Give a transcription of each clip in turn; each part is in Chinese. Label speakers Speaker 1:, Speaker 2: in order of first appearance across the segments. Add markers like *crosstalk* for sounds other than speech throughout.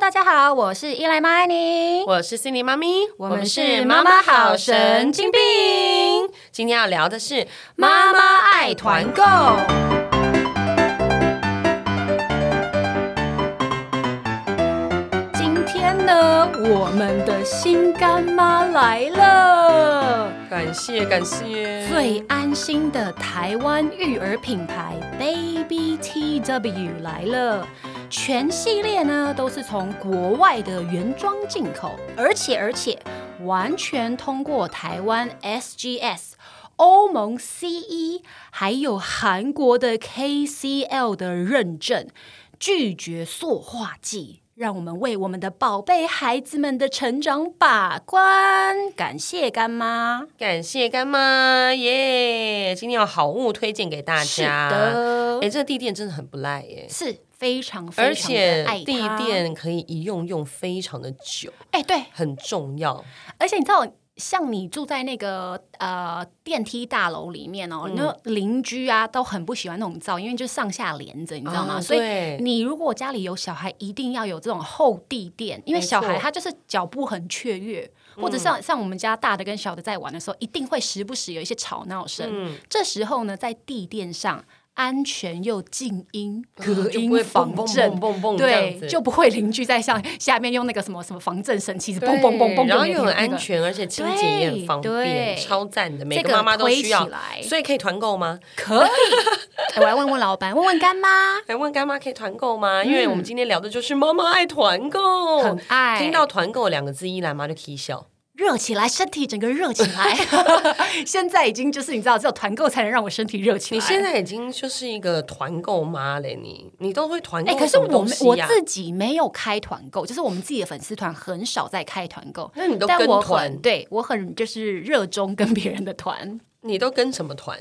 Speaker 1: 大家好，我是伊莱妈爱你，
Speaker 2: 我是 Cindy 妈咪，
Speaker 1: 我们是妈妈好神经病。
Speaker 2: 今天要聊的是
Speaker 1: 妈妈爱团购。今天呢，我们的新干妈来了，
Speaker 2: 感谢感谢，
Speaker 1: 最安心的台湾育儿品牌 Baby TW 来了。全系列呢都是从国外的原装进口，而且而且完全通过台湾 SGS、欧盟 CE 还有韩国的 KCL 的认证，拒绝塑化剂。让我们为我们的宝贝孩子们的成长把关，感谢干妈。
Speaker 2: 感谢干妈耶！今天有好物推荐给大
Speaker 1: 是
Speaker 2: 家。
Speaker 1: 的
Speaker 2: 哎、这个地垫真的很不赖耶。
Speaker 1: 是非常
Speaker 2: 而
Speaker 1: 非常
Speaker 2: 且
Speaker 1: 的爱
Speaker 2: 地
Speaker 1: 它，
Speaker 2: 垫可以一用用非常的久，
Speaker 1: 哎、对，
Speaker 2: 很重要。
Speaker 1: 而且你知道，像你住在那个呃电梯大楼里面
Speaker 2: 嗯
Speaker 1: 哦，那、邻居啊都很不喜欢那种噪音，因为就上下连着，你知道吗？
Speaker 2: 啊
Speaker 1: 所以
Speaker 2: 对
Speaker 1: 你如果家里有小孩，一定要有这种厚地垫，因为
Speaker 2: 没
Speaker 1: 小孩
Speaker 2: 错嗯
Speaker 1: 他就是脚步很雀跃，或者像像我们家大的跟小的在玩的时候，一定会时不时有一些吵闹声。
Speaker 2: 嗯
Speaker 1: 这时候呢，在地垫上。安全又静音，隔
Speaker 2: *laughs* 就
Speaker 1: 音
Speaker 2: 不会
Speaker 1: 防
Speaker 2: 蹦蹦
Speaker 1: 震，
Speaker 2: 蹦蹦蹦这样
Speaker 1: 对，
Speaker 2: 子
Speaker 1: 就不会邻居在上下面用那个什么什么防震神器，是
Speaker 2: 对
Speaker 1: 蹦蹦蹦蹦，
Speaker 2: 然后
Speaker 1: 有
Speaker 2: 又很
Speaker 1: 点那
Speaker 2: 安
Speaker 1: 个
Speaker 2: 全，而且清洁也很方
Speaker 1: 对对
Speaker 2: 便，超赞的，每
Speaker 1: 这
Speaker 2: 个
Speaker 1: 个
Speaker 2: 妈妈都需要
Speaker 1: 推起来，
Speaker 2: 所以可以团购吗？
Speaker 1: 可以，哎我来问问老板，问问干妈。
Speaker 2: 来问干妈可以团购吗？因为我们今天聊的就是妈妈爱团购，
Speaker 1: 嗯很爱
Speaker 2: 哦听到团购两个字，一兰妈就 k 笑。
Speaker 1: 热起来，身体整个热起来。 *laughs* 现在已经就是你知道，只有团购才能让我身体热起来。
Speaker 2: 你现在已经就是一个团购妈嘞，你你都会团购
Speaker 1: 哎、可
Speaker 2: 什
Speaker 1: 是
Speaker 2: 么
Speaker 1: 我
Speaker 2: 东
Speaker 1: 们
Speaker 2: 西
Speaker 1: 我
Speaker 2: 呀、
Speaker 1: 自己没有开团购，就是我们自己的粉丝团很少在开团购。
Speaker 2: 那你都
Speaker 1: 但
Speaker 2: 跟
Speaker 1: 我
Speaker 2: 团
Speaker 1: 很对我很就是热衷跟别人的团。
Speaker 2: 你都跟什么团？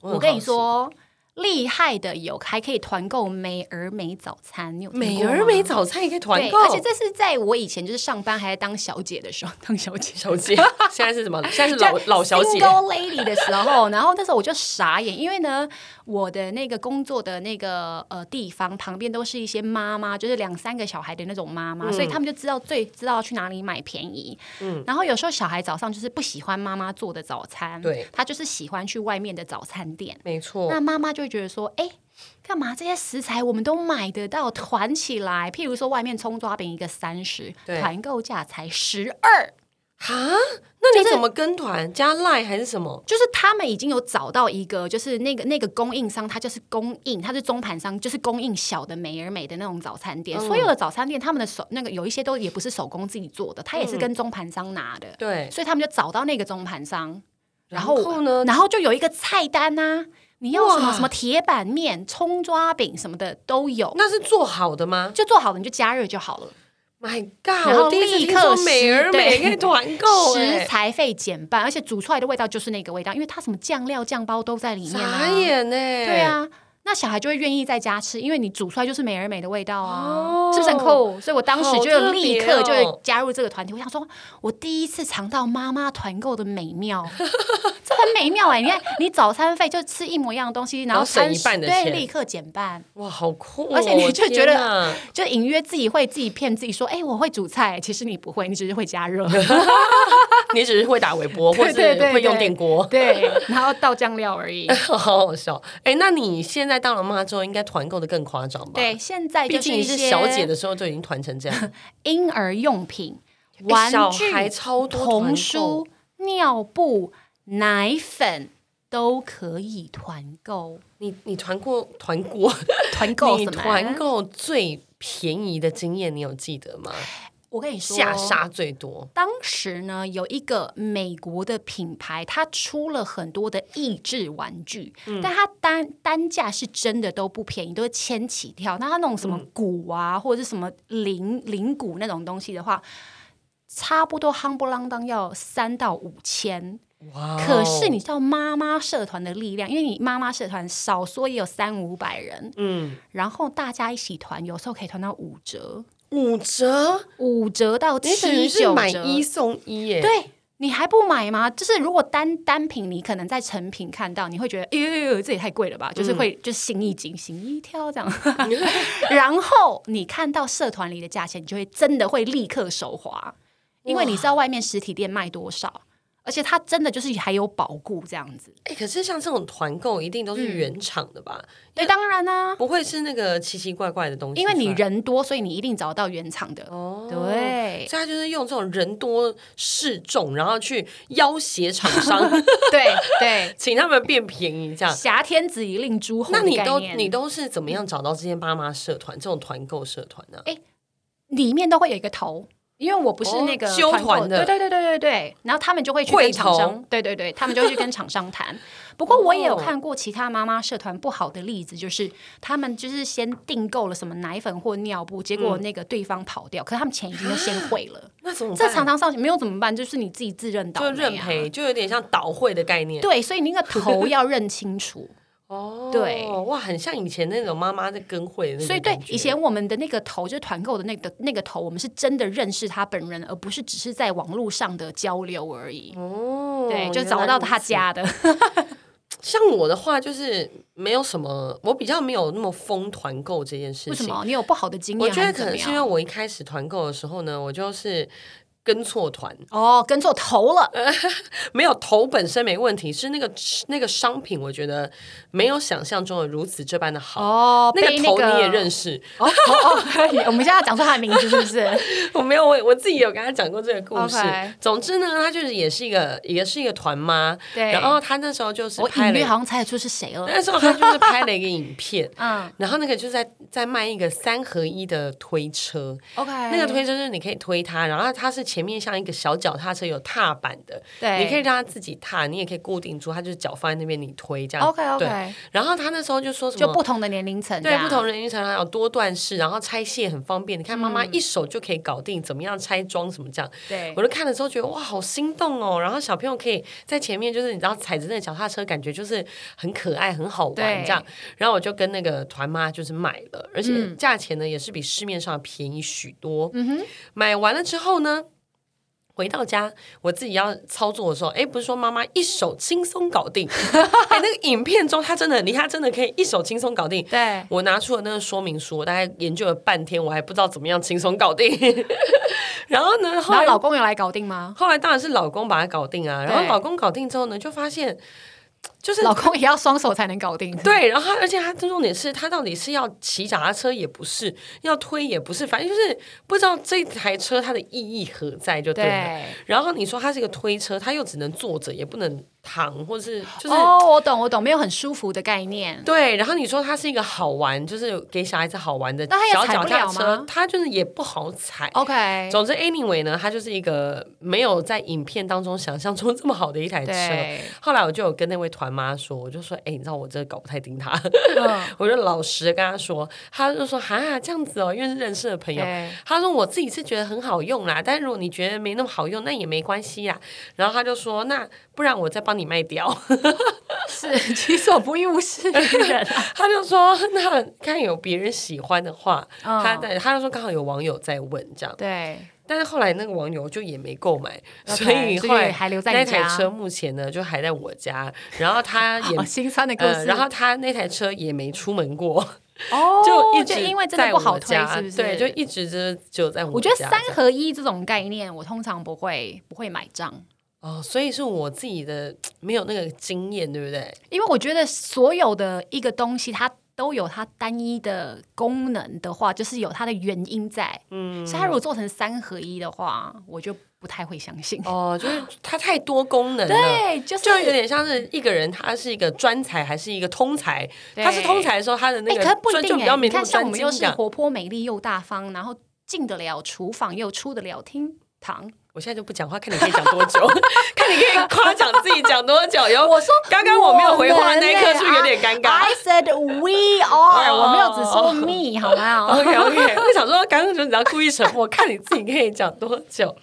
Speaker 2: 很
Speaker 1: 我跟
Speaker 2: 好
Speaker 1: 你
Speaker 2: 奇，
Speaker 1: 说，厉害的有还可以团购美而美早餐，你有听过吗
Speaker 2: 美而美早餐也可以团
Speaker 1: 对，
Speaker 2: 购，
Speaker 1: 而且这是在我以前就是上班还在当小姐的时候，当小姐
Speaker 2: 小姐现在是什么？现在是
Speaker 1: *laughs* 就
Speaker 2: *laughs* 老老小姐
Speaker 1: single lady 的时候，然后那时候我就傻眼，因为呢，我的那个工作的那个呃地方旁边都是一些妈妈，就是两三个小孩的那种妈
Speaker 2: 嗯
Speaker 1: 妈，所以他们就知道最知道去哪里买便宜。嗯，然后有时候小孩早上就是不喜欢妈妈做的早餐，
Speaker 2: 对
Speaker 1: 他就是喜欢去外面的早餐店。
Speaker 2: 没错
Speaker 1: 那，妈妈就会觉得说，哎、干嘛这些食材我们都买得到，团起来？譬如说外面葱抓饼一个三十，
Speaker 2: 对
Speaker 1: 团购价才十二。
Speaker 2: 哈，那
Speaker 1: 就
Speaker 2: 你
Speaker 1: 是
Speaker 2: 怎么跟团？加赖还是什么？
Speaker 1: 就是他们已经有找到一个，就是那个那个供应商，他就是供应，他是中盘商，就是供应小的美而美的那种早餐
Speaker 2: 嗯
Speaker 1: 店。所有的早餐店，他们的手那个有一些都也不是手工自己做的，他也是跟中盘商拿的，
Speaker 2: 嗯对，
Speaker 1: 所以他们就找到那个中盘商，然
Speaker 2: 然
Speaker 1: 后
Speaker 2: 后呢
Speaker 1: 然后就有一个菜单呐、你要什么
Speaker 2: 哇
Speaker 1: 什么铁板面、葱抓饼什么的都有，
Speaker 2: 那是做好的吗
Speaker 1: 就做好了你就加热就好了。
Speaker 2: ？My
Speaker 1: 然
Speaker 2: God！
Speaker 1: 后
Speaker 2: 我第一次
Speaker 1: 立
Speaker 2: 听
Speaker 1: 刻
Speaker 2: 说美
Speaker 1: 食
Speaker 2: 而美
Speaker 1: 对
Speaker 2: 可以团购、
Speaker 1: 食
Speaker 2: 欸，
Speaker 1: 材费减半，而且煮出来的味道就是那个味道，因为它什么酱料、酱包都在里面啊。
Speaker 2: 傻眼哎呢、
Speaker 1: 对，啊，那小孩就会愿意在家吃，因为你煮出来就是美而美的味道啊，
Speaker 2: 哦
Speaker 1: 是不是很酷？所以我当时
Speaker 2: 好
Speaker 1: 就
Speaker 2: 特
Speaker 1: 立
Speaker 2: 别
Speaker 1: 刻就
Speaker 2: 哦
Speaker 1: 加入这个团体。我想说，我第一次尝到妈妈团购的美
Speaker 2: *laughs*
Speaker 1: 妙，这很美妙哎、你看，你早餐费就吃一模一样的东西，然
Speaker 2: 然
Speaker 1: 后
Speaker 2: 后省
Speaker 1: 餐
Speaker 2: 一半的
Speaker 1: 对，
Speaker 2: 钱
Speaker 1: 立刻减半，
Speaker 2: 哇，好酷、哦！
Speaker 1: 而且你就觉得 *laughs*
Speaker 2: 天哪
Speaker 1: 就隐约自己会自己骗自己说，哎、我会煮菜，其实你不会，你只是会加热。
Speaker 2: 你只是会打微波，或
Speaker 1: 对对
Speaker 2: 是
Speaker 1: 对
Speaker 2: 会用
Speaker 1: 对
Speaker 2: 电 *laughs* 锅。
Speaker 1: 对，然后倒酱料而已。
Speaker 2: 好好笑！哎、那你现在当了妈之后，应该团购的更夸张吧？，
Speaker 1: *laughs* 对，现在
Speaker 2: 毕
Speaker 1: 就
Speaker 2: 竟
Speaker 1: 一
Speaker 2: 你
Speaker 1: 些
Speaker 2: 是小姐的时候就已经团成
Speaker 1: *laughs*
Speaker 2: 这样，
Speaker 1: 婴儿用品、玩
Speaker 2: 哎小
Speaker 1: 具、
Speaker 2: 孩超多团购
Speaker 1: 童书、尿布、奶粉都可以团购。
Speaker 2: 你你团过团过，
Speaker 1: 团购
Speaker 2: 你
Speaker 1: 什么？
Speaker 2: 团？购最便宜的经验，你有记得吗？
Speaker 1: 我跟你说，
Speaker 2: 下杀最多，
Speaker 1: 当时呢，有一个美国的品牌，它出了很多的益智玩具，
Speaker 2: 嗯
Speaker 1: 但它单单价是真的都不便宜，都是千起跳。那它那种什么
Speaker 2: 嗯
Speaker 1: 鼓啊，或者是什么铃铃鼓那种东西的话，差不多夯不啷当要三到五千。
Speaker 2: 哇哦！
Speaker 1: 可是你知道妈妈社团的力量，因为你妈妈社团少说也有三五百人，
Speaker 2: 嗯，
Speaker 1: 然后大家一起团，有时候可以团到五折，
Speaker 2: 五折，
Speaker 1: 五折到
Speaker 2: 你等于
Speaker 1: 七
Speaker 2: 是
Speaker 1: 九
Speaker 2: 买
Speaker 1: 折，
Speaker 2: 一送一耶！
Speaker 1: 对。你还不买吗？就是如果单单品，你可能在成品看到，你会觉得，哎呦呦呦，这也太贵了
Speaker 2: 嗯
Speaker 1: 吧，就是会就是心一惊，心一跳这样。 *laughs* 然后你看到社团里的价钱，你就会真的会立刻手滑，因为你知道外面实体店卖多少，而且它真的就是还有保固这样子。
Speaker 2: 哎、可是像这种团购一定都是原厂的吧？
Speaker 1: 对，当然啦、
Speaker 2: 不会是那个奇奇怪怪的东
Speaker 1: 嗯
Speaker 2: 西
Speaker 1: 因
Speaker 2: 出来，
Speaker 1: 为你人多，所以你一定找到原厂的。
Speaker 2: 哦，
Speaker 1: 对
Speaker 2: 所以他就是用这种人多势众，然后去要挟厂
Speaker 1: *laughs*
Speaker 2: 商，
Speaker 1: 对
Speaker 2: *laughs*
Speaker 1: 对，
Speaker 2: 请他们变便宜这样。
Speaker 1: 挟天子以令诸侯
Speaker 2: 那
Speaker 1: 的
Speaker 2: 你
Speaker 1: 概
Speaker 2: 都
Speaker 1: 念
Speaker 2: 你都是怎么样找到这些妈妈社团这种团购社团呢、
Speaker 1: 里面都会有一个头，因为我不是那个
Speaker 2: 哦纠
Speaker 1: 团购
Speaker 2: 团的
Speaker 1: 对对对对对对。然后他们就会去
Speaker 2: 会
Speaker 1: 跟厂商
Speaker 2: 头，
Speaker 1: 对对对，他们就会去跟厂商
Speaker 2: *laughs*
Speaker 1: 谈。不过我也有看过其他妈妈社团不好的例子，就是他们就是先订购了什么奶粉或尿布，结
Speaker 2: 嗯
Speaker 1: 果那个对方跑掉，可是他们钱已经都先汇了。
Speaker 2: 那怎么
Speaker 1: 这
Speaker 2: 办？
Speaker 1: 常常上没有怎么办？就是你自己自认倒霉、
Speaker 2: 嗯就
Speaker 1: 啊，
Speaker 2: 认赔，就有点像倒会的概念。
Speaker 1: 对，所以你那个头要认清
Speaker 2: *laughs*
Speaker 1: 楚。
Speaker 2: 哦，
Speaker 1: 对
Speaker 2: 哇，很像以前那种妈妈在跟会的那种
Speaker 1: 所以对
Speaker 2: 感觉
Speaker 1: 以前我们的那个头，就是团购的那个那个头，我们是真的认识他本人，而不是只是在网络上的交流而已。
Speaker 2: 哦，
Speaker 1: 对，就
Speaker 2: 原来
Speaker 1: 找到
Speaker 2: 如
Speaker 1: 他
Speaker 2: 此。
Speaker 1: 家的。
Speaker 2: 像我的话，就是没有什么，我比较没有那么疯团购这件事情。
Speaker 1: 为什么你有不好的经
Speaker 2: 我
Speaker 1: 验
Speaker 2: 觉
Speaker 1: 还
Speaker 2: 得
Speaker 1: 怎么
Speaker 2: 可能
Speaker 1: 样？
Speaker 2: 是因为我一开始团购的时候呢，我就是跟错团，
Speaker 1: 哦，跟错头了。
Speaker 2: 呃没有头本身没问题，是那个那个商品，我觉得没有想象中的如此这般的好。
Speaker 1: 哦，
Speaker 2: 那
Speaker 1: 被
Speaker 2: 个头你也认
Speaker 1: 识？
Speaker 2: 识， *laughs*
Speaker 1: 哦哦哦， *laughs* 我们现在要讲出他的名字是不是？
Speaker 2: 我没有，我我自己有跟他讲过这个故事。
Speaker 1: OK
Speaker 2: 总之呢，他就是也是一个也是一个团妈，
Speaker 1: 对。
Speaker 2: 然后他那时候就是
Speaker 1: 我
Speaker 2: 拍
Speaker 1: 隐
Speaker 2: 了
Speaker 1: 约
Speaker 2: 一，
Speaker 1: 好像猜得出是谁了。
Speaker 2: *laughs* 那时候他就是拍了一个影片， *laughs*
Speaker 1: 嗯
Speaker 2: 然后那个就是在在卖一个三合一的推车，
Speaker 1: ，OK，
Speaker 2: 那个推车就是你可以推它，然后它是前面像一个小脚踏车有踏板的，
Speaker 1: 对，
Speaker 2: 你可以让它自己踏，你也可以固定住，它就是脚放在那边你推这样。
Speaker 1: OK
Speaker 2: 对
Speaker 1: OK，
Speaker 2: 然后他那时候就说什么
Speaker 1: 就不同的年龄层这
Speaker 2: 对
Speaker 1: 样，
Speaker 2: 不同人群层还有多段式，然后拆卸很方便，你看妈妈
Speaker 1: 嗯
Speaker 2: 一手就可以搞定，怎么样拆装什么这样。
Speaker 1: 对
Speaker 2: 我就看的时候觉得哇，好心动哦！然后小朋友可以在前面，就是你知道踩着那个脚踏车，感觉就是很可爱、很好玩
Speaker 1: 对
Speaker 2: 这样。然后我就跟那个团妈就是买了，而且价钱呢也是比市面上便宜许多。
Speaker 1: 嗯哼，
Speaker 2: 买完了之后呢，回到家我自己要操作的时候，哎，不是说妈妈一手轻松
Speaker 1: *laughs*
Speaker 2: 搞定，哎，那个影片中她真的很厉害，她真的可以一手轻松搞定。
Speaker 1: 对，
Speaker 2: 我拿出了那个说明书，我大概研究了半天，我还不知道怎么样轻松搞定。 *laughs* 然后呢，后
Speaker 1: 然后
Speaker 2: 来
Speaker 1: 老公有来搞定吗？
Speaker 2: 后来当然是老公把它搞定啊。
Speaker 1: 对
Speaker 2: 然后老公搞定之后呢，就发现就是
Speaker 1: 老公也要双手才能搞定。
Speaker 2: *laughs* 对，然后他而且他重点是他到底是要骑脚踏车也不是，要推也不是，反正就是不知道这台车它的意义何在就对了。
Speaker 1: 对，
Speaker 2: 然后你说它是一个推车，它又只能坐着，也不能躺，或是就是。
Speaker 1: 哦，我懂我懂，没有很舒服的概念。
Speaker 2: 对，然后你说它是一个好玩，就是给小孩子好玩的
Speaker 1: 那它也
Speaker 2: 小
Speaker 1: 踩
Speaker 2: 脚
Speaker 1: 不
Speaker 2: 踏
Speaker 1: 了
Speaker 2: 车
Speaker 1: 吗，
Speaker 2: 它就是也不好踩。
Speaker 1: OK，
Speaker 2: 总之，anyway 呢，它就是一个没有在影片当中想象中这么好的一台车。
Speaker 1: 对，
Speaker 2: 后来我就有跟那位团妈说，我就说，哎、你知道我真的搞不太定他，
Speaker 1: 嗯，
Speaker 2: *laughs* 我就老实地跟他说，他就说，哈，这样子哦，因为是认识的朋友。
Speaker 1: 对，
Speaker 2: 他说我自己是觉得很好用啦，但是如果你觉得没那么好用，那也没关系啦。然后他就说，那不然我再帮你卖掉。 *laughs*
Speaker 1: 嗯是 *laughs* 己所不欲，勿施于
Speaker 2: *laughs*
Speaker 1: 人啊。
Speaker 2: 他就说，那看有别人喜欢的话，
Speaker 1: 嗯
Speaker 2: 他在他就说刚好有网友在问这样，
Speaker 1: 对，
Speaker 2: 但是后来那个网友就也没购买，
Speaker 1: OK，
Speaker 2: 所以后
Speaker 1: 所以
Speaker 2: 来
Speaker 1: 还留在
Speaker 2: 那
Speaker 1: 你
Speaker 2: 台
Speaker 1: 家。
Speaker 2: 车目前呢就还在我家，然后他也
Speaker 1: 好哦心酸的故
Speaker 2: 呃，
Speaker 1: 事。
Speaker 2: 然后他那台车也没出门过，
Speaker 1: 哦，
Speaker 2: *laughs* 就一
Speaker 1: 就
Speaker 2: 直
Speaker 1: 因为真的
Speaker 2: 在
Speaker 1: 不
Speaker 2: 我
Speaker 1: 好推，
Speaker 2: 家
Speaker 1: 是不是？
Speaker 2: 对，就一直就是只有在
Speaker 1: 我
Speaker 2: 我
Speaker 1: 觉
Speaker 2: 家
Speaker 1: 得
Speaker 2: 这样。
Speaker 1: 三合一这种概念，我通常不会不会买账，
Speaker 2: 哦，所以是我自己的没有那个经验，对
Speaker 1: *laughs*
Speaker 2: 不对？
Speaker 1: 因为我觉得所有的一个东西，它都有它单一的功能的话，就是有它的原因在。嗯，所以它如果做成三合一的话，我就不太会相信。
Speaker 2: 哦，就是它太多功能了。
Speaker 1: 对，就是
Speaker 2: 就有点像是一个人，他是一个专才还是一个通才？
Speaker 1: 对
Speaker 2: 他是通才的时候，他的那
Speaker 1: 哎、
Speaker 2: 个
Speaker 1: 可是不一
Speaker 2: 专就
Speaker 1: 定
Speaker 2: 比
Speaker 1: 哎、
Speaker 2: 较没
Speaker 1: 你
Speaker 2: 那么
Speaker 1: 看，像我
Speaker 2: 专
Speaker 1: 们又
Speaker 2: 精
Speaker 1: 是
Speaker 2: 讲。
Speaker 1: 活泼、美丽又大方，然后进得了厨房又出得了厅堂。
Speaker 2: 我现在就不讲话，看你可以讲多
Speaker 1: *laughs*
Speaker 2: 久，看你可以夸奖自己讲多久。然后
Speaker 1: 我说，
Speaker 2: 刚刚我没有回话那一刻，
Speaker 1: 我啊
Speaker 2: 是不是有点尴尬
Speaker 1: I said we are，
Speaker 2: 哦
Speaker 1: 我没有只说 me 好
Speaker 2: *laughs*
Speaker 1: 吗？*laughs*
Speaker 2: ？OK OK，我哦想说刚刚就你要故意沉默，看你自己可以讲多久。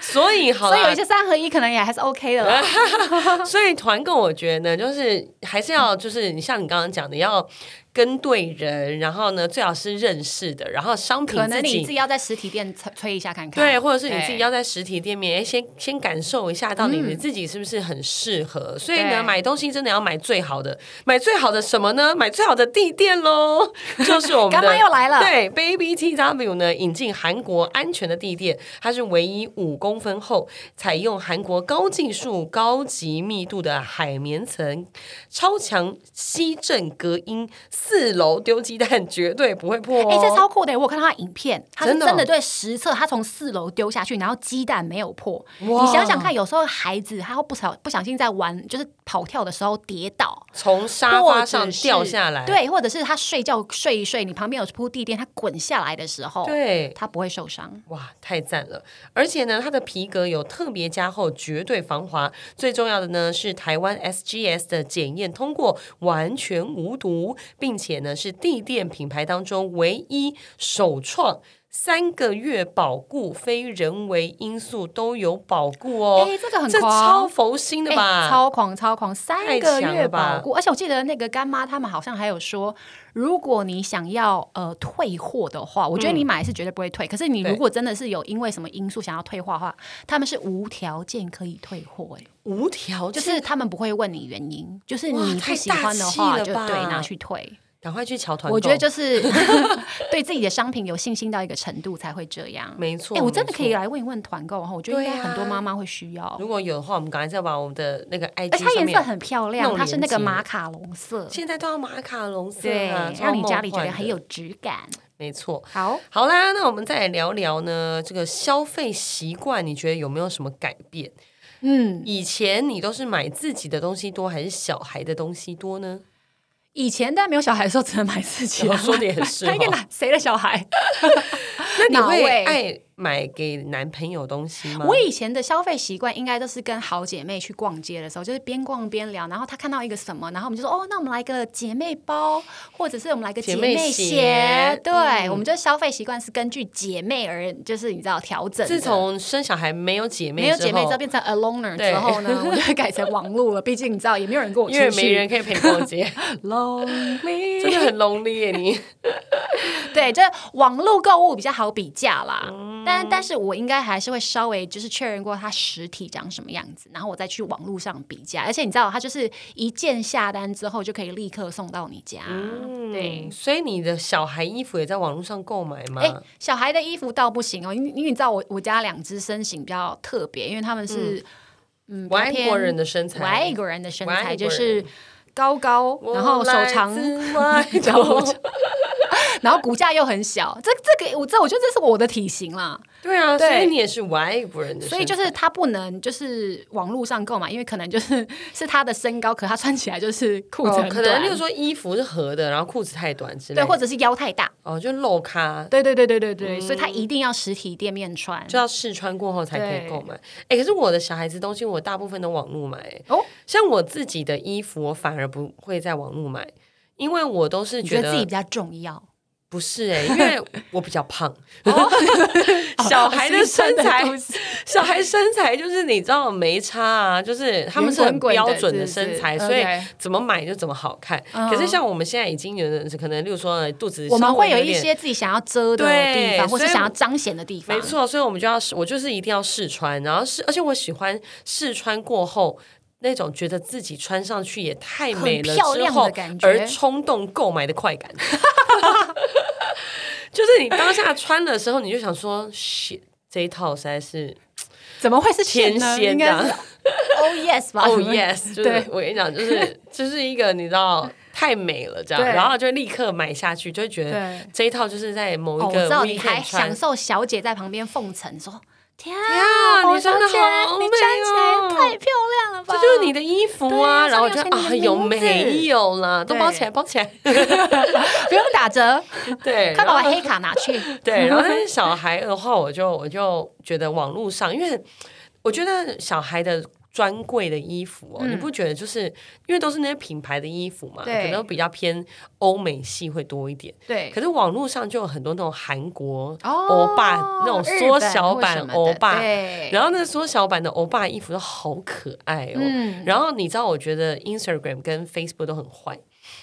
Speaker 2: 所以好
Speaker 1: 所以有
Speaker 2: 啦
Speaker 1: 一，些三合一可能也还是 OK 的
Speaker 2: *laughs*
Speaker 1: 啦。
Speaker 2: 所以团购，我觉得呢，就是还是要，就是你像你刚刚讲的，要跟对人，然后呢，最好是认识的，然后商品
Speaker 1: 可能
Speaker 2: 自
Speaker 1: 你自
Speaker 2: 己
Speaker 1: 己要在实体店催催一下看看。
Speaker 2: 对，或者是你自己
Speaker 1: 对嗯
Speaker 2: 要在实体店面，哎，先先感受一下到底你自己是不是很适合。所以呢，
Speaker 1: 对
Speaker 2: 买东西真的要买最好的，买最好的什么呢？买最好的地垫喽，就是我们
Speaker 1: *laughs* 干妈
Speaker 2: 的
Speaker 1: 又来了，
Speaker 2: 对，Baby TW 呢引进韩国安全的地垫，它是唯一五公分厚，采用韩国高技术、高级密度的海绵层，超强吸震隔音，四楼丢鸡蛋绝对不会破、哦。
Speaker 1: 哎、这超酷的！我有看到他影片，他是
Speaker 2: 真的哦
Speaker 1: 真的对实测，他从四楼丢下去，然后鸡蛋没有破。
Speaker 2: 哇
Speaker 1: 你想想看，有时候孩子他会不小不小心在玩，就是跑跳的时候跌倒，
Speaker 2: 从沙发
Speaker 1: 或
Speaker 2: 上
Speaker 1: 者是
Speaker 2: 掉下来，
Speaker 1: 对，或者是他睡觉睡一睡，你旁边有铺地垫，他滚下来的时候，
Speaker 2: 对
Speaker 1: 他不会受伤。
Speaker 2: 哇，太赞了！而且呢，它的皮革有特别加厚，绝对防滑。最重要的呢是台湾 SGS 的检验通过，完全无毒，并且呢是地垫品牌当中唯一首创。三个月保固，非人为因素都有保固哦。
Speaker 1: 哎这个很
Speaker 2: 这
Speaker 1: 狂
Speaker 2: 超佛心的吧？
Speaker 1: 哎超狂超狂，三
Speaker 2: 太
Speaker 1: 个
Speaker 2: 强
Speaker 1: 月
Speaker 2: 了吧
Speaker 1: 保固，而且我记得那个干妈他们好像还有说，如果你想要呃退货的话，我觉得你买是绝对不会退，可是你
Speaker 2: 嗯对
Speaker 1: 如果真的是有因为什么因素想要退货的话，他们是无条件可以退货、哎，
Speaker 2: 无条
Speaker 1: 就
Speaker 2: 件，
Speaker 1: 是他们不会问你原因，就是
Speaker 2: 哇
Speaker 1: 你
Speaker 2: 太
Speaker 1: 不喜
Speaker 2: 大
Speaker 1: 欢的
Speaker 2: 气
Speaker 1: 话
Speaker 2: 了
Speaker 1: 就
Speaker 2: 吧
Speaker 1: 对拿去退。
Speaker 2: 赶快去瞧团购。
Speaker 1: 我觉得就是 *laughs* 对自己的商品有信心到一个程度才会这样。
Speaker 2: 没错
Speaker 1: 哎、我真的
Speaker 2: 没
Speaker 1: 可以来问一问团购哈，我觉得应该
Speaker 2: 对啊
Speaker 1: 很多妈妈会需要。
Speaker 2: 如果有的话，我们赶快再把我们的那个 IG
Speaker 1: 而且它
Speaker 2: 上
Speaker 1: 颜
Speaker 2: 面
Speaker 1: 色很漂亮，
Speaker 2: 弄
Speaker 1: 它是那个
Speaker 2: 连接
Speaker 1: 马卡龙色，
Speaker 2: 现在都要马卡龙色
Speaker 1: 对
Speaker 2: 啊，，超
Speaker 1: 让你家里觉
Speaker 2: 梦
Speaker 1: 得
Speaker 2: 幻
Speaker 1: 很
Speaker 2: 的
Speaker 1: 有质感。
Speaker 2: 没错。
Speaker 1: 好，
Speaker 2: 好啦，那我们再来聊聊呢，这个消费习惯，你觉得有没有什么改变？
Speaker 1: 嗯，
Speaker 2: 以前你都是买自己的东西多，还是小孩的东西多呢？
Speaker 1: 以前但没有小孩的时候，只能买自己
Speaker 2: 哦
Speaker 1: 的，
Speaker 2: 说得也是
Speaker 1: *laughs* 他应该拿谁的小孩？ *laughs*
Speaker 2: *laughs* 那你
Speaker 1: 哪
Speaker 2: 会
Speaker 1: 位
Speaker 2: 爱买给男朋友东西吗？
Speaker 1: 欸哎我以前的消费习惯应该都是跟好姐妹去逛街的时候，就是边逛边聊，然后她看到一个什么，然后我们就说哦，那我们来个姐妹包，或者是我们来个
Speaker 2: 姐
Speaker 1: 姐
Speaker 2: 妹
Speaker 1: 妹
Speaker 2: 鞋嗯
Speaker 1: 鞋。对，我们就消费习惯是根据姐妹而，就是你知道调整的。
Speaker 2: 自从生小孩没有姐妹
Speaker 1: 没有姐妹
Speaker 2: 之
Speaker 1: 之
Speaker 2: 后
Speaker 1: 后，变成 aloner
Speaker 2: 对
Speaker 1: 之后
Speaker 2: *laughs*
Speaker 1: 呢，我就会改成网路了。毕竟你知道，也没有人跟我出
Speaker 2: 因 *laughs* 为没
Speaker 1: 去
Speaker 2: 人可以陪你
Speaker 1: *laughs*
Speaker 2: 逛街，
Speaker 1: lonely，
Speaker 2: 真的很 lonely 耶
Speaker 1: *laughs*
Speaker 2: 你。
Speaker 1: 对，这网络购物比较好比价啦。
Speaker 2: 嗯
Speaker 1: 但但是我应该还是会稍微就是确认过它实体长什么样子，然后我再去网络上比价。而且你知道，它就是一键下单之后就可以立刻送到你家。对
Speaker 2: 嗯，。所以你的小孩衣服也在网络上购买吗？
Speaker 1: 哎、小孩的衣服倒不行哦，因为因为你知道我我家两只身形比较特别，因为他们是嗯
Speaker 2: 外国人
Speaker 1: 的
Speaker 2: 的身材，
Speaker 1: 外国人的身
Speaker 2: 外国
Speaker 1: 材
Speaker 2: 人
Speaker 1: 就是高高，然后手长， *laughs*
Speaker 2: 我来自外国
Speaker 1: 然后骨架又很小。这这个我这我觉得这是我的体型啦。
Speaker 2: 对啊，
Speaker 1: 对
Speaker 2: 所以你也是外国人的身材，
Speaker 1: 所以就是他不能就是网络上购买，因为可能就是是他的身高，可他穿起来就是裤子
Speaker 2: 哦
Speaker 1: 很短，
Speaker 2: 可能就是说衣服是合的，然后裤子太短之类
Speaker 1: 对，
Speaker 2: 的，
Speaker 1: 或者是腰太大，
Speaker 2: 哦就露咖。
Speaker 1: 对对对对对对，所以他一定要实体店面穿
Speaker 2: 嗯就要试穿过后才可以
Speaker 1: 对
Speaker 2: 购买。哎、可是我的小孩子东西，我大部分都网络买、
Speaker 1: 哦。
Speaker 2: 像我自己的衣服，我反而不会在网络买，因为我都是
Speaker 1: 你
Speaker 2: 觉
Speaker 1: 觉得自己
Speaker 2: 得
Speaker 1: 比较重要，
Speaker 2: 不是哎、因为我比较
Speaker 1: *laughs*
Speaker 2: 胖。 *laughs* 小孩的身材
Speaker 1: 哦是
Speaker 2: *laughs* 小孩身材就是你知道没差啊，就是他们是很标准的身材，
Speaker 1: 圆滚滚
Speaker 2: 所
Speaker 1: 的是
Speaker 2: 以
Speaker 1: 是
Speaker 2: 怎么买就怎么好看。
Speaker 1: 嗯
Speaker 2: 可是像我们现在已经有人可能，例如说肚子，
Speaker 1: 我们会有一。些自己想要遮的
Speaker 2: 对
Speaker 1: 地方，或
Speaker 2: 所
Speaker 1: 是
Speaker 2: 以
Speaker 1: 想要彰显的地方
Speaker 2: 没。错，所以我们就要试，我就是一定要试穿，然后试，而且我喜欢试穿过后那种觉得自己穿上去也太美了
Speaker 1: 很漂
Speaker 2: 之
Speaker 1: 亮
Speaker 2: 后
Speaker 1: 的感觉
Speaker 2: 而冲动购买的快感。 *laughs* 就是你当下穿的时候，你就想说，shit，这一套实在是
Speaker 1: 怎么会是钱呢？
Speaker 2: 天仙
Speaker 1: 应该是 *laughs*
Speaker 2: 啊
Speaker 1: Oh yes 吧 *laughs*
Speaker 2: 哦、yes，就是
Speaker 1: 对
Speaker 2: 我跟你讲，就是就是一个你知道太美了这样，
Speaker 1: 对
Speaker 2: 然后就立刻买下去，就会觉得
Speaker 1: 对
Speaker 2: 这一套就是在
Speaker 1: 哦，
Speaker 2: 某一
Speaker 1: 我
Speaker 2: 个
Speaker 1: 知道你还
Speaker 2: weekend
Speaker 1: 享
Speaker 2: 穿。
Speaker 1: 受小姐在旁边奉承说：“天
Speaker 2: 啊
Speaker 1: 啊，
Speaker 2: 你
Speaker 1: 红小
Speaker 2: 穿得
Speaker 1: 姐，
Speaker 2: 好
Speaker 1: 你
Speaker 2: 美
Speaker 1: 穿起
Speaker 2: 哦
Speaker 1: 来太漂亮了吧！”
Speaker 2: 这就是你的衣服啊，
Speaker 1: 对啊
Speaker 2: 然后我就
Speaker 1: 上面
Speaker 2: 啊，有
Speaker 1: 有写你的名字
Speaker 2: 没有啦？都
Speaker 1: 对
Speaker 2: 包起来，包起来。
Speaker 1: 不用打 *laughs* 折，
Speaker 2: *laughs* 对，
Speaker 1: 快把
Speaker 2: 然
Speaker 1: 我
Speaker 2: 后
Speaker 1: 黑卡拿去。*laughs*
Speaker 2: 对，然后但是小孩的话，我就我就觉得网络上，因为我觉得小孩的。专柜的衣服哦，你不觉得就是因为都是那些品牌的衣服嘛，
Speaker 1: 嗯对
Speaker 2: 可能比较偏欧美系会多一点。
Speaker 1: 对
Speaker 2: 可是网络上就有很多那种韩国
Speaker 1: 哦
Speaker 2: 欧巴、那种缩小
Speaker 1: 日本或什么
Speaker 2: 版
Speaker 1: 的
Speaker 2: 欧巴，
Speaker 1: 对
Speaker 2: 然后那个缩小版的欧巴衣服都好可爱哦。
Speaker 1: 嗯
Speaker 2: 然后你知道，我觉得 Instagram 跟 Facebook 都很坏，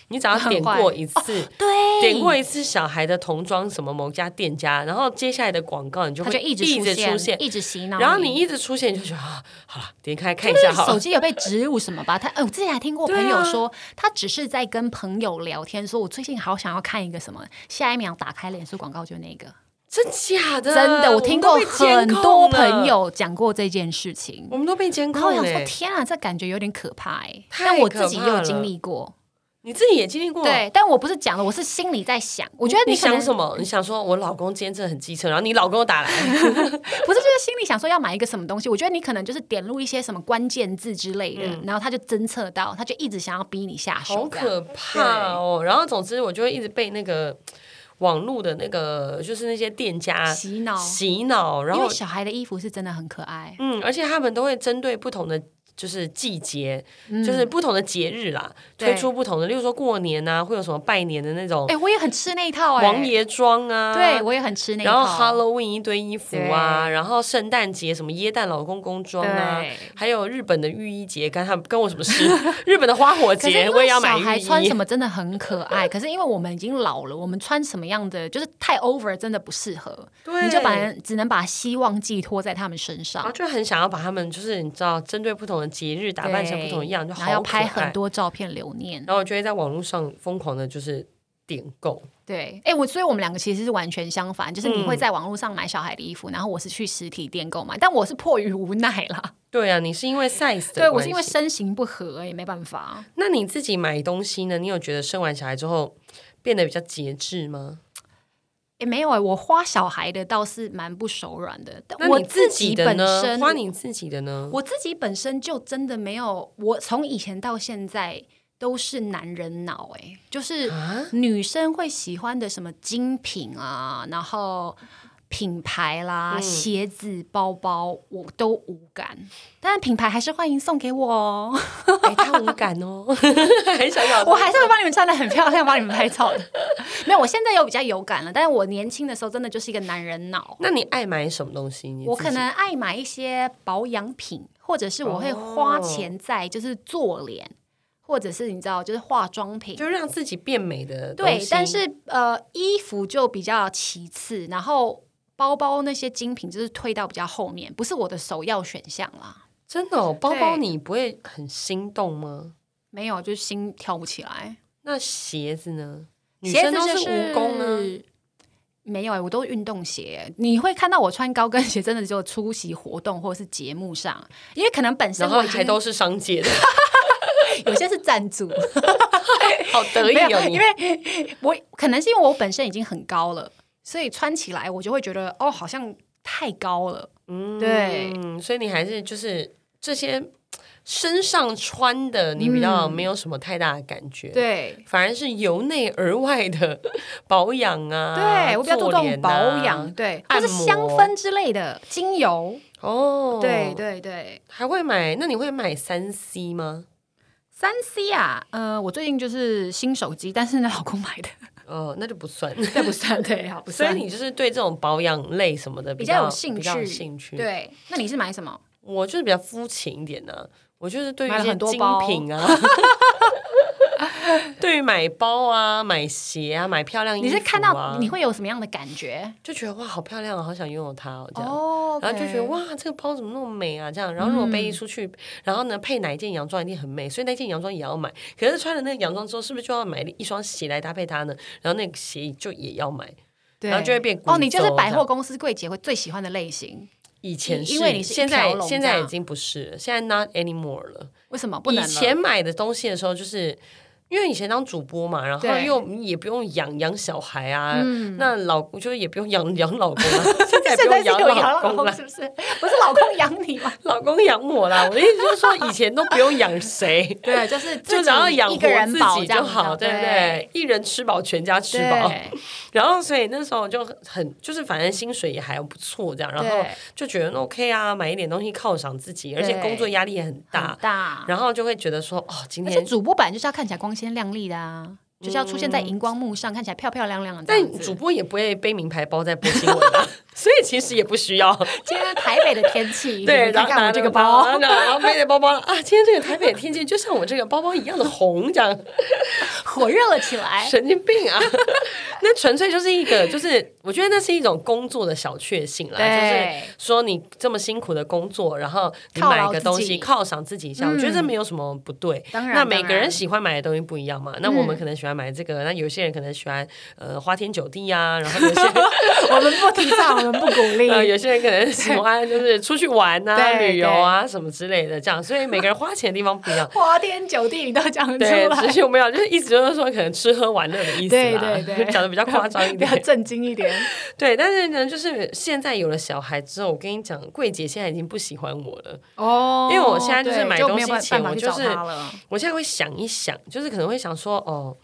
Speaker 2: 你只要点过一
Speaker 1: 哦
Speaker 2: 次，
Speaker 1: 对，
Speaker 2: 点过一次小孩的童装什么某家店家，然后接下来的广告你就
Speaker 1: 它
Speaker 2: 会
Speaker 1: 就一直
Speaker 2: 一直
Speaker 1: 出
Speaker 2: 出现，
Speaker 1: 一直洗脑。
Speaker 2: 然后你一直出现，你就觉得啊，好了，点开看一下好
Speaker 1: 手
Speaker 2: 了。
Speaker 1: 机有被植入什么吧？他，呃，我之前还听过
Speaker 2: 对啊
Speaker 1: 朋友
Speaker 2: *laughs*
Speaker 1: 说，他只是在跟朋友聊天，说我最近好想要看一个什么，下一秒打开脸书广告就那个，
Speaker 2: 真假的？
Speaker 1: 真的，我听过
Speaker 2: 呃们都被监
Speaker 1: 很
Speaker 2: 控
Speaker 1: 多
Speaker 2: 了
Speaker 1: 朋，友讲过这件事情，
Speaker 2: 我们都被监
Speaker 1: 然后我
Speaker 2: 控欸
Speaker 1: 想说，
Speaker 2: 了、
Speaker 1: 天啊，这感觉有点可怕哎、
Speaker 2: 太
Speaker 1: 但我自己也
Speaker 2: 可怕
Speaker 1: 有
Speaker 2: 了
Speaker 1: 经历过，
Speaker 2: 你自己也经历过。
Speaker 1: 对，但我不是讲了，我是心里在想，我觉得
Speaker 2: 你
Speaker 1: 可能
Speaker 2: 想什么？你想说我老公今天真的很机车，然后你老公又打
Speaker 1: *laughs*
Speaker 2: 来，
Speaker 1: 不是，就是心里想说要买一个什么东西，我觉得你可能就是点入一些什么关键字之类的，然后他就侦测到，他就一直想要逼你下手，
Speaker 2: 嗯好
Speaker 1: 这样
Speaker 2: 可怕哦！然后总之我就会一直被那个网络的那个就是那些店家
Speaker 1: 洗脑。
Speaker 2: 洗脑，然
Speaker 1: 因
Speaker 2: 后
Speaker 1: 为小孩的衣服是真的很可爱，
Speaker 2: 嗯，而且他们都会针对不同的。就是季节，就是不同的节日啦，
Speaker 1: 嗯对
Speaker 2: 推出不同的，例如说过年啊，会有什么拜年的那种
Speaker 1: 哎、我也很吃那一套哎、
Speaker 2: 王爷装啊，
Speaker 1: 对我也很吃那一套。
Speaker 2: 然后 Halloween 一堆衣服啊，
Speaker 1: 对
Speaker 2: 然后圣诞节什么耶诞老公公装啊
Speaker 1: 对，
Speaker 2: 还有日本的浴衣节，干他跟我什么事？ *laughs* 日本的花火
Speaker 1: 可是
Speaker 2: 节
Speaker 1: 因
Speaker 2: 我也
Speaker 1: 为
Speaker 2: 要
Speaker 1: 小
Speaker 2: 买
Speaker 1: 孩
Speaker 2: 浴衣。
Speaker 1: 穿什么真的很可爱， *laughs* 可是因为我们已经老了，我们穿什么样的就是太 over 真的不适合，
Speaker 2: 对
Speaker 1: 你就把只能把希望寄托在他们身
Speaker 2: 然后
Speaker 1: 上，
Speaker 2: 就很想要把他们，就是你知道，针对不同的节日打扮成不同的样，
Speaker 1: 对然
Speaker 2: 就好
Speaker 1: 后要拍
Speaker 2: 可爱哦
Speaker 1: 很。多照片留念。
Speaker 2: 然后我就会在网络上疯狂的，就是点购。
Speaker 1: 对，哎、我所以我们两个其实是完全相反，就是
Speaker 2: 嗯
Speaker 1: 你会在网络上买小孩的衣服，然后我是去实体店购买，但我是迫于无奈啦，
Speaker 2: 对啊，你是因为 size 的
Speaker 1: 对我是
Speaker 2: 关
Speaker 1: 因为
Speaker 2: 系
Speaker 1: 身形不合，也没办法。
Speaker 2: 那你自己买东西呢？你有觉得生完小孩之后变得比较节制吗？
Speaker 1: 也没有哎、我花小孩的倒是蛮不手软的，
Speaker 2: 那
Speaker 1: 但我
Speaker 2: 你自
Speaker 1: 己
Speaker 2: 的
Speaker 1: 本
Speaker 2: 呢？
Speaker 1: 身，
Speaker 2: 花你自己的呢？
Speaker 1: 我自己本身就真的没有，我从以前到现在都是男人脑哎、就是
Speaker 2: 啊
Speaker 1: 女生会喜欢的什么精品啊，然后。品牌啦、鞋子、包包，我都无感。但品牌还是欢迎送给我哦， *laughs*
Speaker 2: 哎，他无感 *laughs* 哦，很想要。
Speaker 1: 我还是会帮你们穿的很漂亮，帮你们拍照的。没有，我现在有比较有感了，但是我年轻的时候真的就是一个男人脑。
Speaker 2: 那你爱买什么东西？你
Speaker 1: 我
Speaker 2: 自
Speaker 1: 可
Speaker 2: 己
Speaker 1: 能爱买一些保养品，或者是我会
Speaker 2: 哦
Speaker 1: 花钱在就是做脸，或者是你知道就是化妆品。
Speaker 2: 就让自己变美的东西
Speaker 1: 对，但是呃，衣服就比较其次，然后包包那些精品就是退到比较后面，不是我的首要选项啦。
Speaker 2: 真的、哦，包包
Speaker 1: 对
Speaker 2: 你不会很心动吗？
Speaker 1: 没有，就是心跳不起来。
Speaker 2: 那鞋子呢？女
Speaker 1: 鞋
Speaker 2: 生
Speaker 1: 子
Speaker 2: 都
Speaker 1: 就是
Speaker 2: 蜈蚣啊呢，
Speaker 1: 没有哎、我都运动鞋。你会看到我穿高跟鞋，真的只有出席活动或者是节目上，因为可能本身
Speaker 2: 然后
Speaker 1: 我已经
Speaker 2: 还都是商界
Speaker 1: *laughs*
Speaker 2: 的，
Speaker 1: 有些是赞
Speaker 2: *laughs*
Speaker 1: 助。
Speaker 2: 好得
Speaker 1: *laughs*
Speaker 2: 意
Speaker 1: 没有
Speaker 2: 哦！，你
Speaker 1: 因为 *laughs* 我可能是因为我本身已经很高了，所以穿起来我就会觉得哦，好像太高了。
Speaker 2: 嗯
Speaker 1: 对
Speaker 2: 所以你还是就是这些身上穿的，你比较没有什么太大的感觉。。
Speaker 1: 嗯对，
Speaker 2: 反而是由内而外的 *laughs* 保养啊，
Speaker 1: 对我比较注
Speaker 2: 做脸
Speaker 1: 重
Speaker 2: 啊
Speaker 1: 保养，对，或
Speaker 2: 按
Speaker 1: 是
Speaker 2: 摩
Speaker 1: 香氛之类的精油，
Speaker 2: 哦。
Speaker 1: 对对对。
Speaker 2: 还会买？那你会买三 C 吗？
Speaker 1: 三 C 啊，呃，我最近就是新手机，但是呢，老公买
Speaker 2: *laughs*
Speaker 1: 的，
Speaker 2: 哦，那就不算。 *laughs*
Speaker 1: 这不算对，好不
Speaker 2: 所
Speaker 1: 算
Speaker 2: 以。你就是对这种保养类什么的
Speaker 1: 比
Speaker 2: 较
Speaker 1: 较有兴趣，
Speaker 2: 比较有兴趣。，
Speaker 1: 对，那你是买什么？
Speaker 2: 我就是比较肤浅一点呢、啊我就是对于
Speaker 1: 买
Speaker 2: 一
Speaker 1: 了
Speaker 2: 些
Speaker 1: 很多
Speaker 2: 精
Speaker 1: 包
Speaker 2: 品
Speaker 1: *laughs*
Speaker 2: 啊，对于买包啊、买鞋啊、买漂亮衣服、啊，
Speaker 1: 你是看到你会有什么样的感觉？
Speaker 2: 就觉得哇，好漂亮啊，好想拥有它哦，这样。
Speaker 1: 哦
Speaker 2: 然后就觉得，哇，这个包怎么那么美啊？这样，然后如果
Speaker 1: 嗯
Speaker 2: 背出去，然后呢配哪一件洋装一定很美，所以那件洋装也要买。可是穿了那个洋装之后，是不是就要买一双鞋来搭配它呢？然后那个鞋就也要买。
Speaker 1: 对
Speaker 2: 然后就会变
Speaker 1: 哦，你就是
Speaker 2: 贵族
Speaker 1: 百
Speaker 2: 这
Speaker 1: 货
Speaker 2: 样
Speaker 1: 公司柜姐会最喜欢的类型，
Speaker 2: 以前是，
Speaker 1: 因为你是一
Speaker 2: 现在
Speaker 1: 条龙
Speaker 2: 现
Speaker 1: 这
Speaker 2: 在
Speaker 1: 样
Speaker 2: 已经不是了，现在 not anymore 了。
Speaker 1: 为什么不能
Speaker 2: 以
Speaker 1: 了？
Speaker 2: 前买的东西的时候，就是因为以前当主播嘛，然后
Speaker 1: 对嗯
Speaker 2: 又也不用养养小孩啊，那老就是也不用养养老
Speaker 1: *laughs*
Speaker 2: 公啊，现在也不
Speaker 1: 现在
Speaker 2: 用
Speaker 1: 是有
Speaker 2: 养
Speaker 1: 养老
Speaker 2: 公
Speaker 1: 公
Speaker 2: 了
Speaker 1: 是。不是？不是老公养你
Speaker 2: *laughs*
Speaker 1: 吗？，
Speaker 2: 老公养我啦，我的意思就是说，以前都不用养谁
Speaker 1: 对， *laughs* 就是
Speaker 2: 就只要养
Speaker 1: 一
Speaker 2: 活
Speaker 1: 个人
Speaker 2: 自
Speaker 1: 保
Speaker 2: 己
Speaker 1: 这
Speaker 2: 就
Speaker 1: 样
Speaker 2: 好，
Speaker 1: 子
Speaker 2: 对不对？一人吃饱，全家吃
Speaker 1: 对
Speaker 2: 饱。然后，所以那时候就很，就是反正薪水也还不错，这样，然后
Speaker 1: 对
Speaker 2: 就觉得嗯 OK 啊，买一点东西犒赏自己，而
Speaker 1: 对
Speaker 2: 且工作压力也很
Speaker 1: 很
Speaker 2: 大，
Speaker 1: 大。
Speaker 2: 然后就会觉得说，哦，今
Speaker 1: 而且
Speaker 2: 天。
Speaker 1: 主播本来就是要看起来光鲜亮丽的啊，就是要出现在荧光幕上，看起来漂漂亮亮的这样
Speaker 2: 但
Speaker 1: 子。
Speaker 2: *laughs* 主播也不会背名牌包在播新闻啊，所以其实也不需要。
Speaker 1: 今天台台北的天气，你
Speaker 2: *laughs* 对，
Speaker 1: 们看
Speaker 2: 然后
Speaker 1: 看
Speaker 2: 拿
Speaker 1: 我这
Speaker 2: 着
Speaker 1: 个包， *laughs*
Speaker 2: 拿着然后背着包包 *laughs* 啊，今天这个台北的天气就像我这个包包一样的红，这 *laughs* 样
Speaker 1: 火热了起来。
Speaker 2: 神经病啊！ *laughs* 那纯粹就是一个，就是我觉得那是一种工作的小确幸啦，就是
Speaker 1: 对，
Speaker 2: 说你这么辛苦的工作，然后你
Speaker 1: 犒
Speaker 2: 买
Speaker 1: 劳
Speaker 2: 个
Speaker 1: 自
Speaker 2: 东
Speaker 1: 己
Speaker 2: 西犒赏自己嗯一下，我觉得这没有什么不对。
Speaker 1: 当然，
Speaker 2: 那每
Speaker 1: 当
Speaker 2: 个
Speaker 1: 然
Speaker 2: 人喜欢买的东西不一样嘛，那我们
Speaker 1: 嗯
Speaker 2: 可能喜欢买这个，那有些人可能喜欢呃花天酒地呀、然后有些人
Speaker 1: 我们不提倡，我们不鼓
Speaker 2: *laughs*
Speaker 1: 励。
Speaker 2: 呃，有些人可能喜欢就是出去玩啊、
Speaker 1: 对。
Speaker 2: 旅游啊什么之类的，这样，所以每个人花钱的地方不一样
Speaker 1: *laughs* 花天酒地，你都讲出
Speaker 2: 对，
Speaker 1: 来
Speaker 2: 只，是我们要就是意思就是说，可能吃喝玩乐的意思
Speaker 1: 对
Speaker 2: 啦，
Speaker 1: 对对
Speaker 2: 讲的比较夸
Speaker 1: *laughs*
Speaker 2: 张一
Speaker 1: 比较
Speaker 2: 点。
Speaker 1: 震惊一点。
Speaker 2: 对，但是呢，就是现在有了小孩之后，我跟你讲，桂姐现在已经不喜欢我了。
Speaker 1: 哦
Speaker 2: 因为我现在就是
Speaker 1: 对
Speaker 2: 买
Speaker 1: 就
Speaker 2: 东
Speaker 1: 没有
Speaker 2: 西
Speaker 1: 办办
Speaker 2: 前
Speaker 1: 法
Speaker 2: 我
Speaker 1: 去
Speaker 2: 就
Speaker 1: 找
Speaker 2: 是
Speaker 1: 他了。
Speaker 2: 我现在会想一想，就是可能会想说，哦，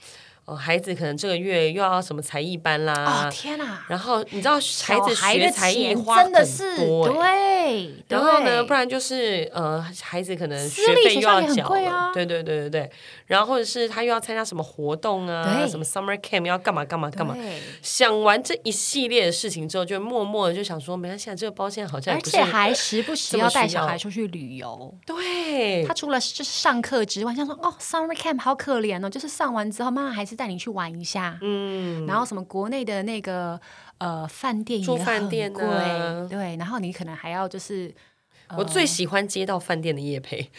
Speaker 2: 哦，孩子可能这个月又要什么才艺班啦，
Speaker 1: 哦天哪，
Speaker 2: 然后你知道呃孩
Speaker 1: 小
Speaker 2: 子
Speaker 1: 孩
Speaker 2: 学
Speaker 1: 的
Speaker 2: 才艺
Speaker 1: 钱
Speaker 2: 花
Speaker 1: 真的
Speaker 2: 很
Speaker 1: 是
Speaker 2: 多欸
Speaker 1: 对，
Speaker 2: 然后呢，
Speaker 1: 对
Speaker 2: 不然就是呃，孩子可能
Speaker 1: 私
Speaker 2: 学
Speaker 1: 立
Speaker 2: 费
Speaker 1: 学
Speaker 2: 又
Speaker 1: 校
Speaker 2: 要
Speaker 1: 也很
Speaker 2: 缴
Speaker 1: 贵
Speaker 2: 了
Speaker 1: 啊
Speaker 2: 对对对对对，然后或者是他又要参加什么活动啊，
Speaker 1: 对
Speaker 2: 什么 summer camp 要干嘛干嘛干嘛。
Speaker 1: 对
Speaker 2: 想完这一系列的事情之后，就默默的就想说，没关系，啊，这个包现在好像
Speaker 1: 而
Speaker 2: 也不是
Speaker 1: 且还时不时
Speaker 2: 这么
Speaker 1: 要带
Speaker 2: 需
Speaker 1: 小
Speaker 2: 要嗯
Speaker 1: 孩出去旅游。
Speaker 2: 对
Speaker 1: 他，除了就是上课之外，像说哦，summer camp 好可怜哦，就是上完之后，妈妈还是带你去玩一下。
Speaker 2: 嗯，
Speaker 1: 然后什么国内的那个呃饭店也
Speaker 2: 住
Speaker 1: 很
Speaker 2: 饭店
Speaker 1: 贵，
Speaker 2: 啊
Speaker 1: 对，然后你可能还要就是 *coughs*
Speaker 2: 我最喜欢接到饭店的夜陪，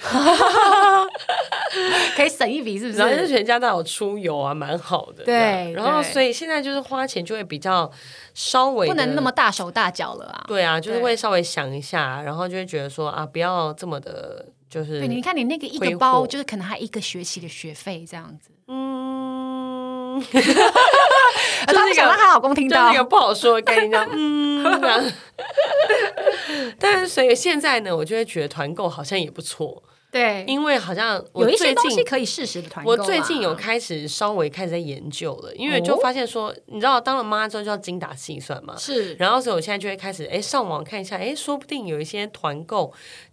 Speaker 1: 可以省一 *laughs* 笔，是不？
Speaker 2: 然后就是全家带我出游啊，蛮好
Speaker 1: 对
Speaker 2: 的。这样然后
Speaker 1: 对
Speaker 2: 所以现在就是花钱就会比较稍微
Speaker 1: 不能
Speaker 2: 地
Speaker 1: 那么大手大脚了啊！
Speaker 2: 对啊，就是
Speaker 1: 对
Speaker 2: 会稍微想一下，然后就会觉得说啊，不要这么的，就是
Speaker 1: 对，你看你那个一
Speaker 2: 挥
Speaker 1: 个
Speaker 2: 霍
Speaker 1: 包，就是可能还一个学期的学费这样子。 *laughs*
Speaker 2: 嗯， *laughs*
Speaker 1: 呃她不想让她老公听
Speaker 2: 就
Speaker 1: 到
Speaker 2: 那，个不好说的概念，
Speaker 1: *laughs*
Speaker 2: 这样嗯，这样。 *laughs* 但是所以现在呢，我就会觉得团购好像也不错，
Speaker 1: 对，
Speaker 2: 因为好像我
Speaker 1: 有一
Speaker 2: 最
Speaker 1: 些东西
Speaker 2: 近。
Speaker 1: 可以适时的团购啊。
Speaker 2: 我最近有开始稍微开始在研究了，因为就
Speaker 1: 哦
Speaker 2: 发现说，你知道当了妈之后就要精打细算嘛，
Speaker 1: 是
Speaker 2: 然后所以我现在就会开始哎上网看一下，哎说不定有一些团购。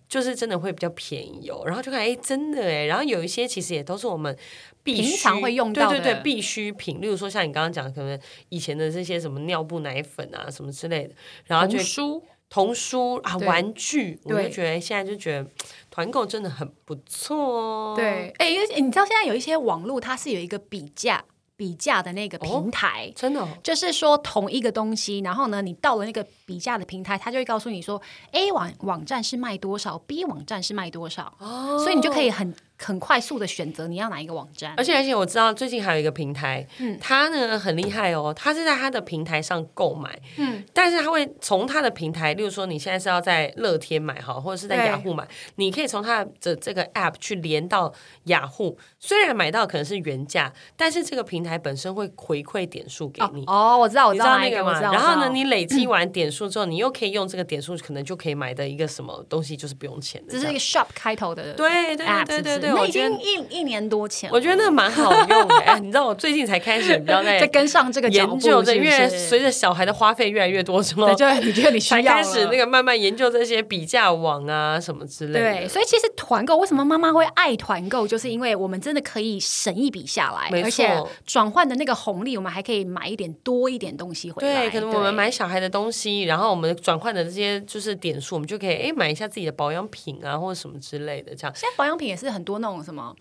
Speaker 2: 就是真的会比较便宜哦，然后就看哎，真的哎，然后有一些其实也都是我们必须
Speaker 1: 平常会用到的
Speaker 2: 对对对，必需品，例如说像你刚刚讲的，可能以前的这些什么尿布、奶粉啊什么之类的，然后就
Speaker 1: 童书，
Speaker 2: 童书啊、
Speaker 1: 对
Speaker 2: 玩具，我就
Speaker 1: 对
Speaker 2: 觉得哎现在就觉得团购真的很不错哦。
Speaker 1: 对，哎、因为你知道现在有一些网络，它是有一个比价比价的那个平台。
Speaker 2: 真的哦、
Speaker 1: 就是说同一个东西，然后呢，你到了那个比价的平台，它就会告诉你说，A 网网站是卖多少，B 网站是卖多少，
Speaker 2: 哦
Speaker 1: 所以你就可以很很快速的选择你要哪一个网站
Speaker 2: 而。且而且我知道最近还有一个平台，
Speaker 1: 嗯
Speaker 2: 它呢很厉害哦，它是在它的平台上购买，
Speaker 1: 嗯
Speaker 2: 但是它会从它的平台，例如说你现在是要在乐天买哈，或者是在
Speaker 1: 对
Speaker 2: 雅虎买，你可以从它的这个 App 去连到雅虎，虽然买到可能是原价，但是这个平台本身会回馈点数给
Speaker 1: 哦
Speaker 2: 你。
Speaker 1: 哦，我知道，我
Speaker 2: 你
Speaker 1: 知
Speaker 2: 知
Speaker 1: 道
Speaker 2: 道
Speaker 1: 哪
Speaker 2: 那
Speaker 1: 一
Speaker 2: 个
Speaker 1: 我
Speaker 2: 吗？
Speaker 1: 知道。
Speaker 2: 然后
Speaker 1: 我
Speaker 2: 呢，
Speaker 1: 知道嗯
Speaker 2: 你累积完点数之后，你又可以用这个点数，可能就可以买的一个什么东西，就是不用钱的
Speaker 1: 这
Speaker 2: 样。
Speaker 1: 是一个 shop 开头的
Speaker 2: 对对
Speaker 1: app，
Speaker 2: 对
Speaker 1: 是不
Speaker 2: 对
Speaker 1: 是
Speaker 2: 对，
Speaker 1: 那
Speaker 2: 我
Speaker 1: 已
Speaker 2: 觉得
Speaker 1: 经一一年多前了，
Speaker 2: 我觉得那蛮好用的、哎。你知道我最近才开始比较在
Speaker 1: *laughs* 在跟上这个脚
Speaker 2: 研
Speaker 1: 步
Speaker 2: 究这，
Speaker 1: 是
Speaker 2: 因
Speaker 1: 不
Speaker 2: 为
Speaker 1: 是
Speaker 2: 随着小孩的花费越来越多之后
Speaker 1: 对，，就你觉得你需要
Speaker 2: 才开始
Speaker 1: 了
Speaker 2: 那个慢慢研究这些比价网啊什么之类
Speaker 1: 对，
Speaker 2: 的。
Speaker 1: 所以其实团购为什么妈妈会爱团购，就是因为我们真的可以省一笔下来，
Speaker 2: 没错
Speaker 1: 而且转换的那个红利，我们还可以买一点多一点东西回来。
Speaker 2: 对，可能我们买小孩的东西，然后我们转换的这些就是点数，我们就可以哎买一下自己的保养品啊，或者什么之类的，这样
Speaker 1: 现在保养品也是很多那种什么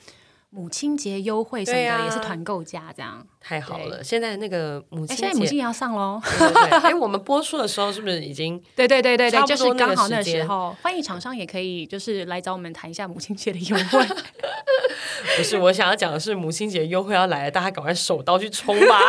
Speaker 1: 母亲节优惠什么
Speaker 2: 对
Speaker 1: 的，
Speaker 2: 啊
Speaker 1: 也是团购价这样。
Speaker 2: 太好
Speaker 1: 对
Speaker 2: 了。现在那个母
Speaker 1: 哎，
Speaker 2: 亲
Speaker 1: 现在母
Speaker 2: 节，
Speaker 1: 亲也要上喽。
Speaker 2: 对对对哎，我们播出的时候是不是已经
Speaker 1: 对对对对对，
Speaker 2: 差不
Speaker 1: 就
Speaker 2: 多
Speaker 1: 是刚好那
Speaker 2: 那个
Speaker 1: 个
Speaker 2: 时间
Speaker 1: 时候，欢迎厂商也可以就是来找我们谈一下母亲 *laughs* 节的优惠。
Speaker 2: 不是，我想要讲的是母亲节优惠要来了，大家赶快手刀去冲吧！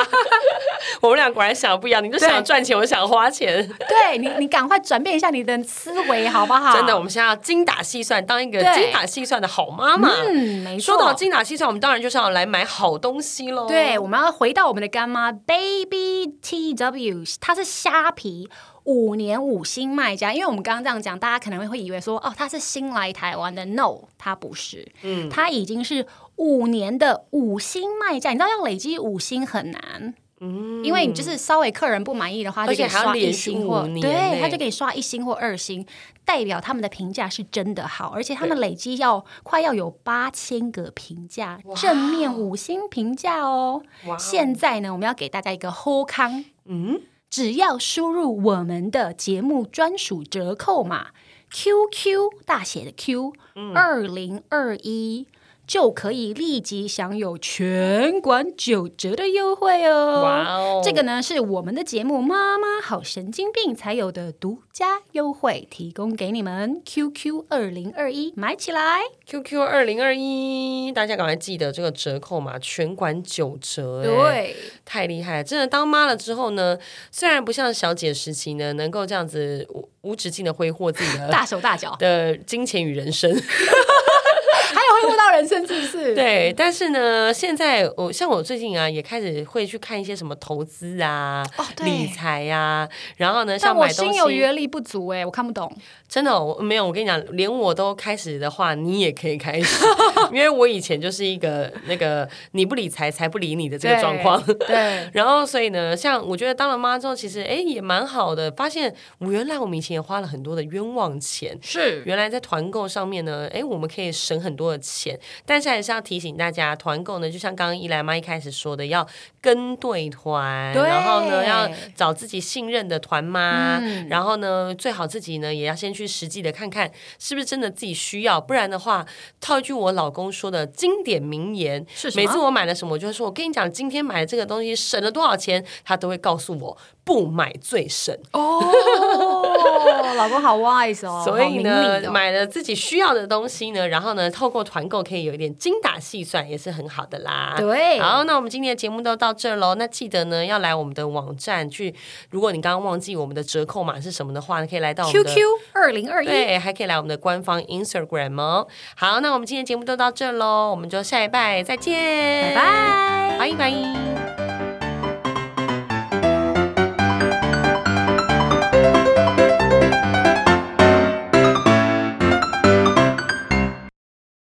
Speaker 2: *laughs* 我们俩果然想的不一样，你就想赚钱，我想花钱。
Speaker 1: 对你，你赶快转变一下你的思维好不好？
Speaker 2: 真的，我，们现在要精打细算，当一个
Speaker 1: 对
Speaker 2: 精打细算的好妈妈。
Speaker 1: 嗯，没错。
Speaker 2: 说到精打细算，我们当然就是要来买好东西喽。
Speaker 1: 对，我们要回到我们的干妈 Baby T W，它是虾皮五年五星卖家。因为我们刚刚这样讲，大家可能会以为说，哦，它是新来台湾的，No，它不是，嗯，它已经是五年的五星卖家。你知道要累积五星很难。嗯，因为你就是稍微客人不满意的话，
Speaker 2: 而
Speaker 1: 就给
Speaker 2: 且
Speaker 1: 你
Speaker 2: 还要
Speaker 1: 刷一
Speaker 2: 连续
Speaker 1: 星
Speaker 2: 五
Speaker 1: 或
Speaker 2: 年
Speaker 1: 对，
Speaker 2: 呢
Speaker 1: 他就给你刷一星或二星，代表他们的评价是真的好，而且他们累积要快要有八千个评价，正面五星评价哦。
Speaker 2: 哇哦
Speaker 1: 现在呢，我们要给大家一个后康，
Speaker 2: 嗯，
Speaker 1: 只要输入我们的节目专属折扣码 QQ 大写的 Q
Speaker 2: 嗯
Speaker 1: 二零二一。就可以立即享有全馆九折的优惠哦！
Speaker 2: 哇哦
Speaker 1: 这个呢是我们的节目《妈妈好神经病》才有的独家优惠，提供给你们 QQ 二零二一买起来。
Speaker 2: QQ 二零二一，大家赶快记得这个折扣码，全馆九折、欸，，
Speaker 1: 对，
Speaker 2: *laughs* 太厉害了！真的当妈了之后呢，虽然不像小姐时期呢，能够这样子无无止境的挥霍自己
Speaker 1: *laughs*
Speaker 2: 的
Speaker 1: 大手大脚，
Speaker 2: 的金钱与人生，
Speaker 1: 还有会用到人生，是不是？
Speaker 2: *laughs* 对，但是呢，现在我像我最近啊，也开始会去看一些什么投资啊、
Speaker 1: 哦对
Speaker 2: 理财呀、然后呢，
Speaker 1: 但
Speaker 2: 像
Speaker 1: 我
Speaker 2: 买东
Speaker 1: 心有
Speaker 2: 西，
Speaker 1: 余而力不足哎、我看不懂。
Speaker 2: *laughs* 真的、哦、我没有。我跟你讲，连我都开始的话，你也可以开始， *laughs* 因为我以前就是一个那个你不理财，财不理你的这个状况。
Speaker 1: 对，
Speaker 2: *laughs* 然后，所以呢，像我觉得当了妈之后，其实哎也蛮好的，发现我原来我们以前也花了很多的冤枉钱，
Speaker 1: 是
Speaker 2: 原来在团购上面呢，诶，我们可以省很多的钱，但是还是要提醒大家，团购呢，就像刚刚伊莱妈一开始说的，要跟对团，
Speaker 1: 对
Speaker 2: 然后呢，要找自己信任的团妈，
Speaker 1: 嗯
Speaker 2: 然后呢，最好自己呢也要先去实际的看看是不是真的自己需要，不然的话，套一句我老公说的经典名言。
Speaker 1: 是什么
Speaker 2: 每次我买了什么，我就会说：“我跟你讲，今天买的这个东西省了多少钱。”他都会告诉我，不买最省。 *laughs*
Speaker 1: 哦，老公好 wise 哦，
Speaker 2: 所以
Speaker 1: 好
Speaker 2: 呢
Speaker 1: 灵，敏哦
Speaker 2: 买了自己需要的东西呢，然后呢，透过团购可以有一点精打细算，也是很好的啦。。
Speaker 1: 对，
Speaker 2: 好，那我们今天的节目都到这喽。那记得呢，要来我们的网站去。如果你刚刚忘记我们的折扣码是什么的话，你可以来到我们的
Speaker 1: QQ 二零二一，
Speaker 2: 对，还可以来我们的官方 Instagram 哦。好，那我们今天的节目都到这喽，我们就下一拜再见，
Speaker 1: 拜，拜。
Speaker 2: 拜拜。